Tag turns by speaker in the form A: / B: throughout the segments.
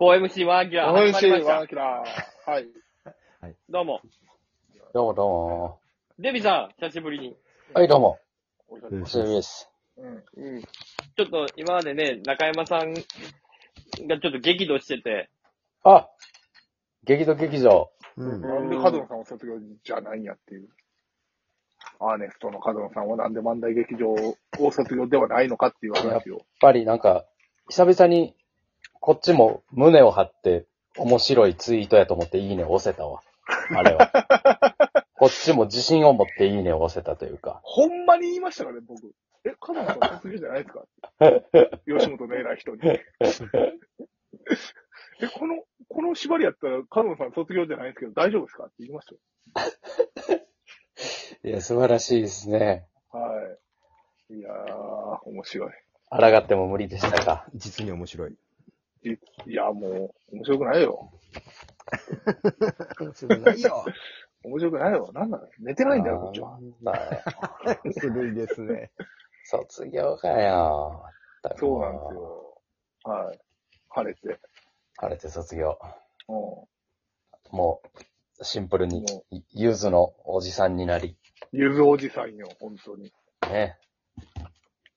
A: 4MC ワーキラー始まりま
B: OMC
A: し
B: ワ
A: た
B: ー。キラー。はい。
A: どうも。
C: どうもどうも。
A: デビさん、久しぶりに。
C: はい、どうも。
B: お久しぶ
D: う
B: り
D: ん
C: お久しぶりです。
B: うん。
A: うん。ちょっと今までね、中山さんがちょっと激怒してて、
C: あ激怒劇場。
D: うん。
B: なんで角野さんは卒業じゃないんやっていう。アーネストの角野さんはなんで漫才劇場を卒業ではないのかっていう話を。
C: やっぱりなんか、久々に、こっちも胸を張って、面白いツイートやと思っていいねを押せたわ。あ れは。こっちも自信を持っていいねを押せたというか。
B: ほんまに言いましたからね、僕。え、角野さん卒業じゃないですか吉本の偉い人に。え、この、この縛りやったら角野さん卒業じゃないですけど大丈夫ですかって言いましたよ。
C: いや、素晴らしいですね。
B: はい。いやー、面白い。
C: 抗っても無理でしたか。
D: 実に面白い。
B: いや、もう、面白くないよ。
D: それないよ。
B: 面白くないよ。なんなの寝てないんだよ、こっちは。
C: なんだよ
D: すごいですね。
C: 卒業かよ。まったく
B: そうなんです。よ。はい。晴れて。
C: 晴れて卒業。
B: うん。
C: もう、シンプルに
B: も、
C: ゆずのおじさんになり、
B: ゆずおじさんよ、本当に。
C: ね。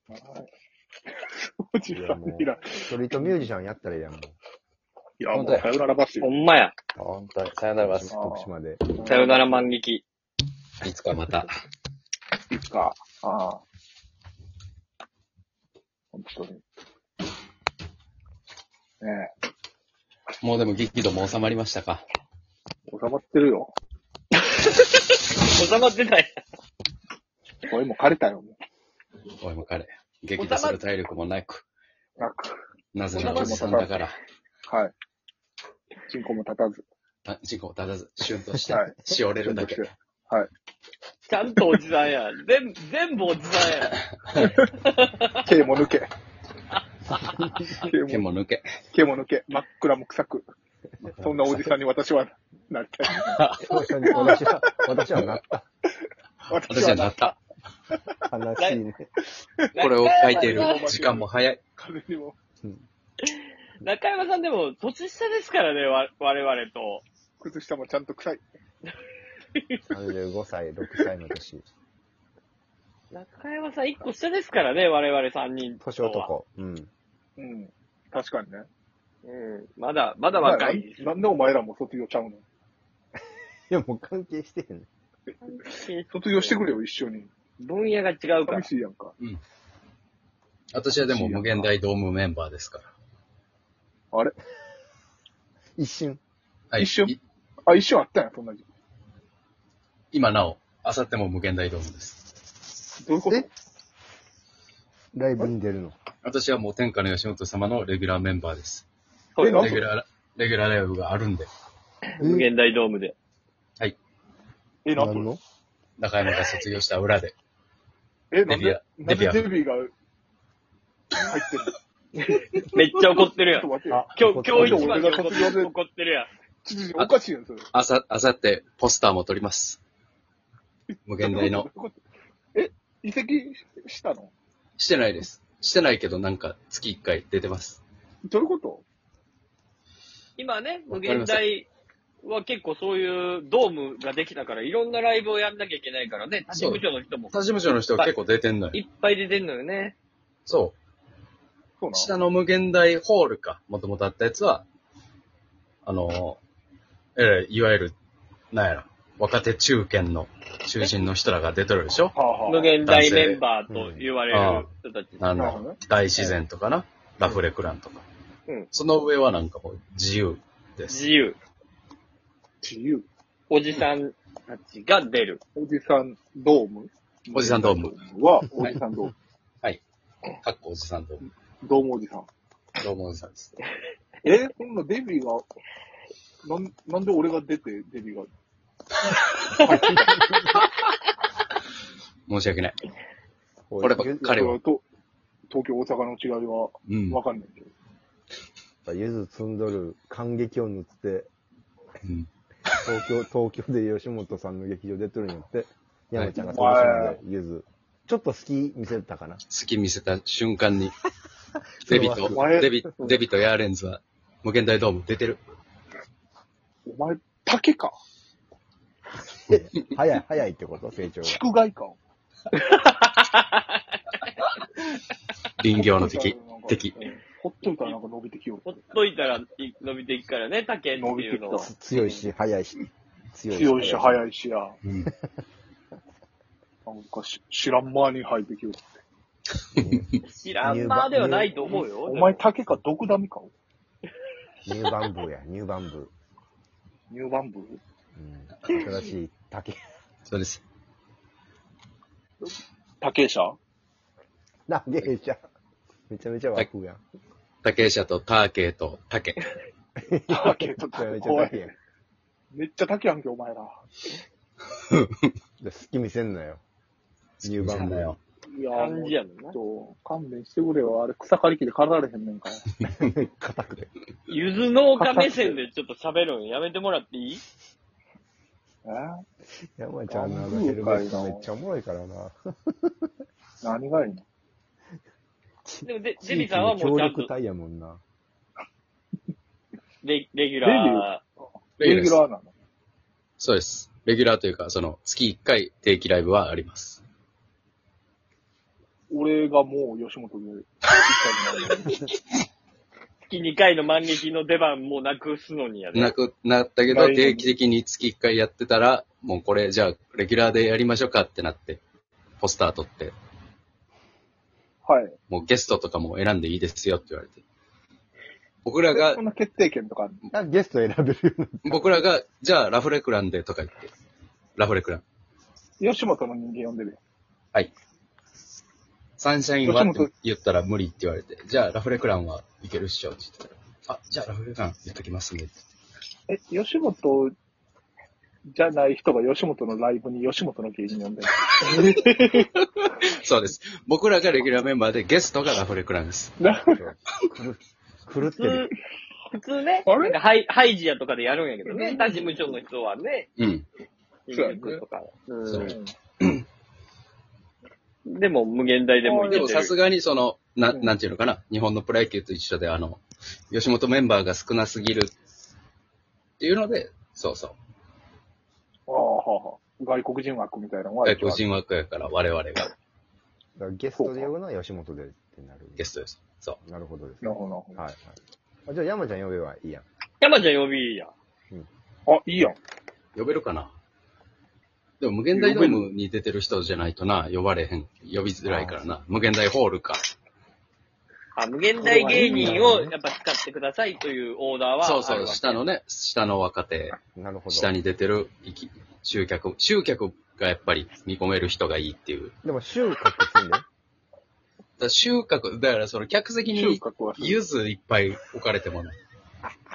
B: はい。おじさんいらん。
D: ストリートミュージシャンやったらいいやん、もう。
B: いや、も
C: 本
B: う
C: 当
B: さ
C: や
B: よならバス
A: ほ
B: よ。
A: んまや。
C: 本当に、さよならバス。
D: 徳島で。
A: さよなら万劇。
C: いつかまた。
B: いつか。ああ。本当に。ねえ、
C: もうでも激怒も収まりましたか。
B: 収まってるよ。
A: 収まってない。
B: 声も枯れたよ、も
C: おいも彼、激怒する体力もなく、
B: う。なく。
C: なぜならおじさんだから、
B: はい。チンコも立たず。
C: た事故を立たず、シュンとして
B: はい、
C: しおれるだけ
B: シュンと。して
A: ちゃんとおじさんや。全、全部おじさんや。
B: 毛も抜け。毛
C: 剣
B: も、
C: も抜け。
B: 毛も抜け。真っ暗も臭 く。そんなおじさんに私はなりたい。
D: そうそう私は、私はなった。
C: 私はなった。
D: 悲しいね。
C: これを書いている時間も早い。
B: 風にも。
A: 中山さんでも年下ですからね、わ我々と。
B: 靴下もちゃんと臭い。
D: 35歳、6歳の年。
A: 中山さん一個下ですからね、我々三人とは。
D: 年男。うん。
B: うん。確かにね。
A: うん。まだ、まだ若いです。
B: お前らなんでお前らも卒業ちゃうの
D: いや、もう関係してへん。
B: 卒業してくれよ、一緒に。
A: 分野が違うから
B: 寂。しいやんか。
C: 私はでも無限大ドームメンバーですから。
B: あれ
D: 一瞬。
C: はい
B: 一緒
C: い
B: あ、一緒あったんや、そんな時期。
C: 今なお、あさっても無限大ドームです。
B: どういうこと
D: えライブに出るの。
C: 私はもう天下の吉本様のレギュラーメンバーです。
A: そうよ
B: えなん
C: レギュラー、レギュラーライブがあるんで、
A: 無限大ドームで。
B: え、なん
D: 何
B: で
D: の
C: 中山が卒業した裏で。
B: え、なん
C: デビア
B: でなんで
C: デビア
B: デビーが入ってるの
A: めっちゃ怒ってるやん
B: ちょ。と待ってよ
D: あ
A: 今日、今
B: こ
A: 日
B: と
A: 一番で
B: 俺が
A: 怒っ
B: 卒
A: て
B: 業で
A: る怒ってるやん。
B: ちょっとおかしいやん、それ。
C: あさ、あさって、ポスターも撮ります。無限大の。
B: どういうこと。え、移籍したの
C: してないです。してないけど、なんか、月1回出てます。
B: どういうこと
A: 今ね、無
C: わかり
A: 限
C: ました
A: 大は結構そういうドームができたから、いろんなライブをやんなきゃいけないからね、他事務所の人も
C: 他事務所の人は結構出てんのよ。
A: いっぱい出てんのよね。
C: そ
B: そう
C: う。
B: な
C: 下の無限大ホールか、もともとあったやつは、あの、えいわゆる、なんやろ、若手中堅の中心の人らが出てるでしょ
B: のはあはあ
A: 無限大メンバーと言われる人たち。
C: あ
B: なるほど
C: の
B: ね、
C: 大自然とかな、ラフレクランとか。
A: うん
C: その上はなんかもう自由です。
A: 自由。
B: 自由。
A: おじさんたちが出る。
B: おじさんドーム
C: おじさんドーム。
B: は、おじさんドーム。
C: かっこおじさんと、
B: ドームおじさん。
C: どうもおじさんです。
B: え、そんなデビーが、なん、なんで俺が出て、デビーが。
C: 申し訳ない。
D: こ
C: こればっかりは。
B: と東京、大阪の違いは
C: うん。
B: わかんないけど。
D: ゆず積んどる感激を塗って、
C: うん
D: 東京、東京で吉本さんの劇場出てるんやって、山ちゃんが
B: はい
D: 東島でゆず。ちょっと好き見せた かな
C: 好き見せた瞬間に、デビと
B: お前、
C: デビ、デビとヤーレンズは無限大ドーム出てる。
B: お前、竹か
D: 早い、早いってこと成長が。
B: 畜害か
C: 林業の 敵
B: ほっといたらなん。かほっといたらな
C: 敵。。
B: んか伸びてきよる。
A: ほっといたらい伸びていくからね、竹っていうの
B: 伸び
A: は
B: て。
D: 強いし、早いし。強
B: 強いし、
D: い。
B: 速いしや。
C: うん。
B: なんかし知らん間に生えてきよる。
A: 知らんまーではないと思うよ。
B: お前、竹か毒ダミか
D: ニューバンブーや、ニューバンブー。
B: ニューバンブー
D: うん、新しい竹。
C: そうです。
B: 竹社
D: なげえじゃん。めちゃめちゃ和風やん。
C: 竹社とターケーと竹。
B: 竹と竹。
D: めちゃめちゃ
B: お
D: 竹
B: い
D: やん。
B: めっちゃ竹やんけ、お前ら。
D: で好き見せんなよ。入
C: 番
D: 番
C: だ
D: だ
C: よ
D: よ。
B: いや
A: 感じやもんな
B: ちょっと、勘弁してくれよ。あれ、草刈り機で刈られへんねんから。
D: 硬くて。
A: ゆず農家目線でちょっと喋るんやめてもらっていい
B: え
D: 山ちゃんのあのヘルメットめっちゃおもろいからな。
B: 何がいいの
A: でもで、デビさんはもう
D: 協
A: ちゃん
D: 力
A: と
D: 隊やもんな。
A: レレギュラ
C: レギュラー
B: レ
C: で
B: ギ
C: す
B: ュラーなの
C: そうです。レギュラーというか、その、月1回定期ライブはあります。
B: 俺がもう吉本で。
A: ー、月2回の万劇の出番もうなくすのにやで。
C: なくなったけ
B: まあ
C: ど、定期的に月1回やってたら、もうこれ、じゃあ、レギュラーでやりましょうかってなって、ポスター撮って、
B: はい。
C: もうゲストとかも選んでいいですよって言われて。僕ら が
B: そん、な決定権とかあるの
D: あゲスト選べるようになった
C: 僕らが、じゃあ、ラフレクランでとか言って、ラフレクラン。
B: 吉本の人間呼んでるよ。
C: サンシャインはって言ったら無理って言われて、じゃあ、ラフレクランはいけるっしょって言ったら、あ、じゃあ、ラフレクラン言っときますねって。
B: え、吉本じゃない人が吉本のライブに吉本の芸人呼んでる。
C: そうです。僕らがレギュラーメンバーで、ゲストがラフレクランです。
D: 狂ってる。
A: 普通ね、
B: あれ
A: なんかハイハイジアとかでやるんやけどね、他事務所の人はね、
C: うん。
A: 新
B: そうやね
A: 宿とか。
C: そう
A: でも、無限大でもいけ
C: で
A: て
C: もさす
A: る。
C: がにその、な、
B: うん
C: なんていうのかな、日本のプロ野球と一緒で、あの、吉本メンバーが少なすぎるっていうので、そうそ
B: ああ、
C: う、
B: はあはあ、外国人枠みたいなのは
C: 外国人枠やから我々が
D: だからゲストで呼ぶのは吉本でってなる。
C: ゲストです。そ
D: なるほどです
B: な
D: ね。
B: る
D: はい
B: ほどなるほ
D: はい。あじゃあ山ちゃん呼べばいいやん。
A: 山ちゃん呼びや。
B: ど。あ、いいやん。
C: う。呼べるかなでも無限大ドームに出てる人じゃないとな、呼ばれへん。呼びづらいからな。無限大ホールか。
A: あ、無限大芸人をやっぱ使ってくださいというオーダーはある
C: そ
A: わ
C: う
A: け。
C: そう、下のね、下の若手、
D: なるほど。
C: 下に出てるいき集客、集客がやっぱり見込める人がいいっていう。
D: でも収穫すんで。
C: だから収穫、だからその客席
B: 収
C: に
B: 穫はする。
C: ゆずいっぱい置かれてもな。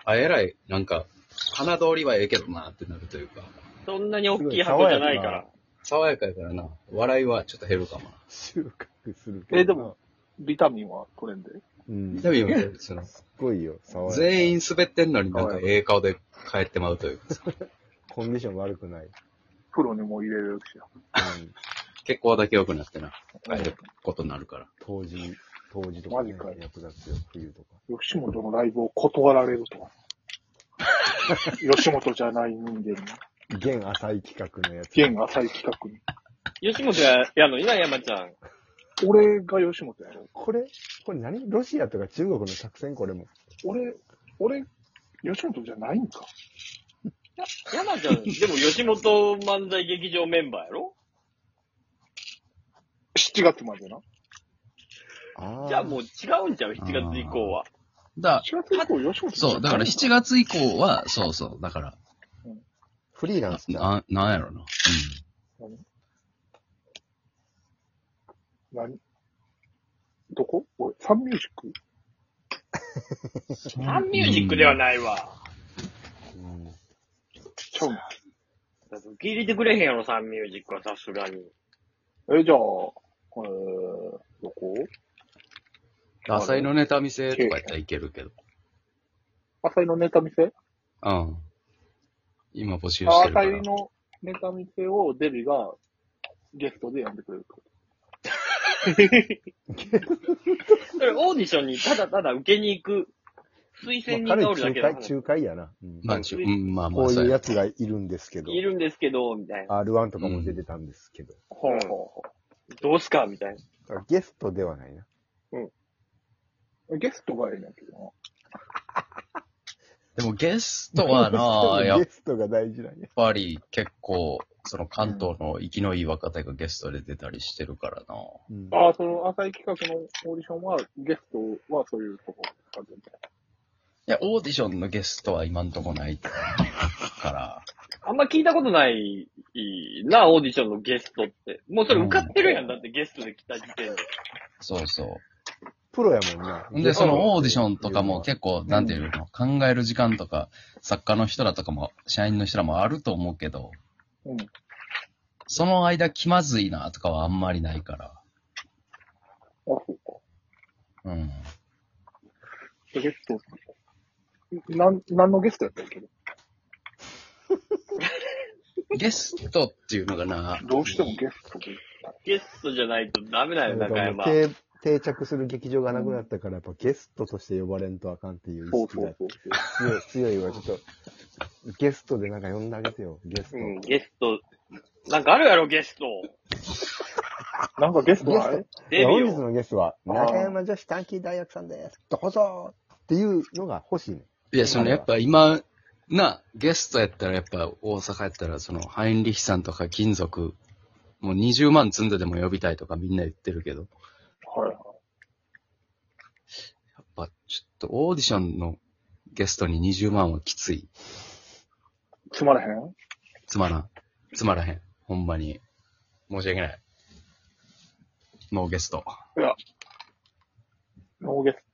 C: あ、えらい、なんか、花通りはええけどなってなるというか、
A: そんなに大きい箱じゃないか
D: すごい爽
A: ら。
D: や
C: 爽やかやからな、笑いはちょっと減るかもな。
D: 収穫する
B: えでも。ビタミンは取れんで。
D: うん。
C: ビ
D: す
C: タ
D: っ
C: ミンは減るその
D: ごいよ、爽やか
C: 全員滑ってんのになんかええ顔で帰ってまうというか、
D: コンディション悪くない。
B: プロにも入れれるしや。
D: うん。
C: 結構だけ良くなってな、帰ることになるから。
D: 当時、当時とか、ね
B: マジかよ、
D: 役立つよ、冬とか。
B: 吉本のライブを断られるとは。 吉本じゃない人間に。
D: 現浅い企画のやつ。
B: 現浅い企画に。
A: 吉本ややのにな、山ちゃん。
B: 俺が吉本やろ。
D: これ、これ何ロシアとか中国の作戦これも。
B: 俺、俺、吉本じゃないんか。
A: 山ちゃん、でも吉本漫才劇場メンバーやろ
B: 7月までな。
D: あ
A: じゃあもう違うんちゃう ?7 月以降は。
C: だ
B: 7月以降吉本
C: 月以降は、そうそう、だから、
D: フリーランスだ。
C: な、なんやろな。
B: 何どこ俺、サンミュージック
A: サンミュージックではないわ。
D: うん
B: ちゃうな。
A: だって受け入れてくれへんやろ、サンミュージックはさすがに。
B: え、じゃあ、えー、どこ
C: 浅井のネタ見せとかやったらいけるけど。
B: 浅井のネタ見せ
C: うん。今募集
B: あ
C: してるか
B: 浅
C: ら
B: 井。のネタ見せをデビがゲストで呼んでくれると。
A: それオーディションにただただ受けに行く推薦
D: まあ
A: 人がおるだ
D: 彼
A: け
D: 仲
A: だ
D: 介、仲介やな。うん
C: まあ、ちゅうん、まあま
D: こ
C: あ、
D: う
C: そ
D: いうう
C: や
D: や。つがいるんですけど。
A: いるんですけど、みたいな。
D: R1 とかも出てたんですけど。
B: ほうほ
A: どうすかみたいな。
D: だからゲストではないな。
B: うほう。ゲストがいいんだけど
C: でもゲストはな、やっ
D: ゲストが大事なんや。
C: ぱり結構、その関東の生きのいい若手がゲストで出たりしてるからな。
D: うん
B: な。ああ、その浅い企画のオーディションは、ゲストはそういうとこ感じで。
C: いや、オーディションのゲストは今んとこないから。
A: あんま聞いたことないな、オーディションのゲストって。もうそれ受かってるやん、だってゲストで来た時点で。
C: そうそ
D: プロやもんな。
C: う。で、そのオーディションとかも結構、なんていうの、考える時間とか、作家の人らとかも、社員の人らもあると思うけど、
B: うん。
C: その間気まずいなとかはあんまりないから。
B: あ、そうか。
C: うん。
B: でゲスト、なん、何のゲストやったっけ
C: ゲストっていうのがな、
B: どうしてもゲストで。
A: ゲストじゃないとダメだよ、
D: なんか
A: 中山。
D: もう定定着する劇場がなくなったから、やっぱゲストとして呼ばれんとあかんっていう意
B: そう
D: 識
B: そ
D: が
B: うそう。
D: 強い、強いわ。ちょっと、ゲストでなんか呼んであげてよ、ゲスト。
A: うん、ゲスト。なんかあるやろ、ゲスト。
B: なんかゲストはあれ
A: デビ
D: 本
A: ュ
D: 日
A: ー。
D: のゲストは、
B: あー
D: 中山女子短期大学さんです。どうぞっていうのが欲しいね。
C: いや、そのやっぱ今、な、ゲストやったらやっぱ大阪やったら、そのハインリヒさんとか金属、もう20万積んででも呼びたいとかみんな言ってるけど、
B: はい。
C: やっぱちょっとオーディションのゲストに20万はきつい。
B: つまらへん
C: つまらん。つまらへん。ほんまに。申し訳ない。ノーゲスト。
B: ノーゲス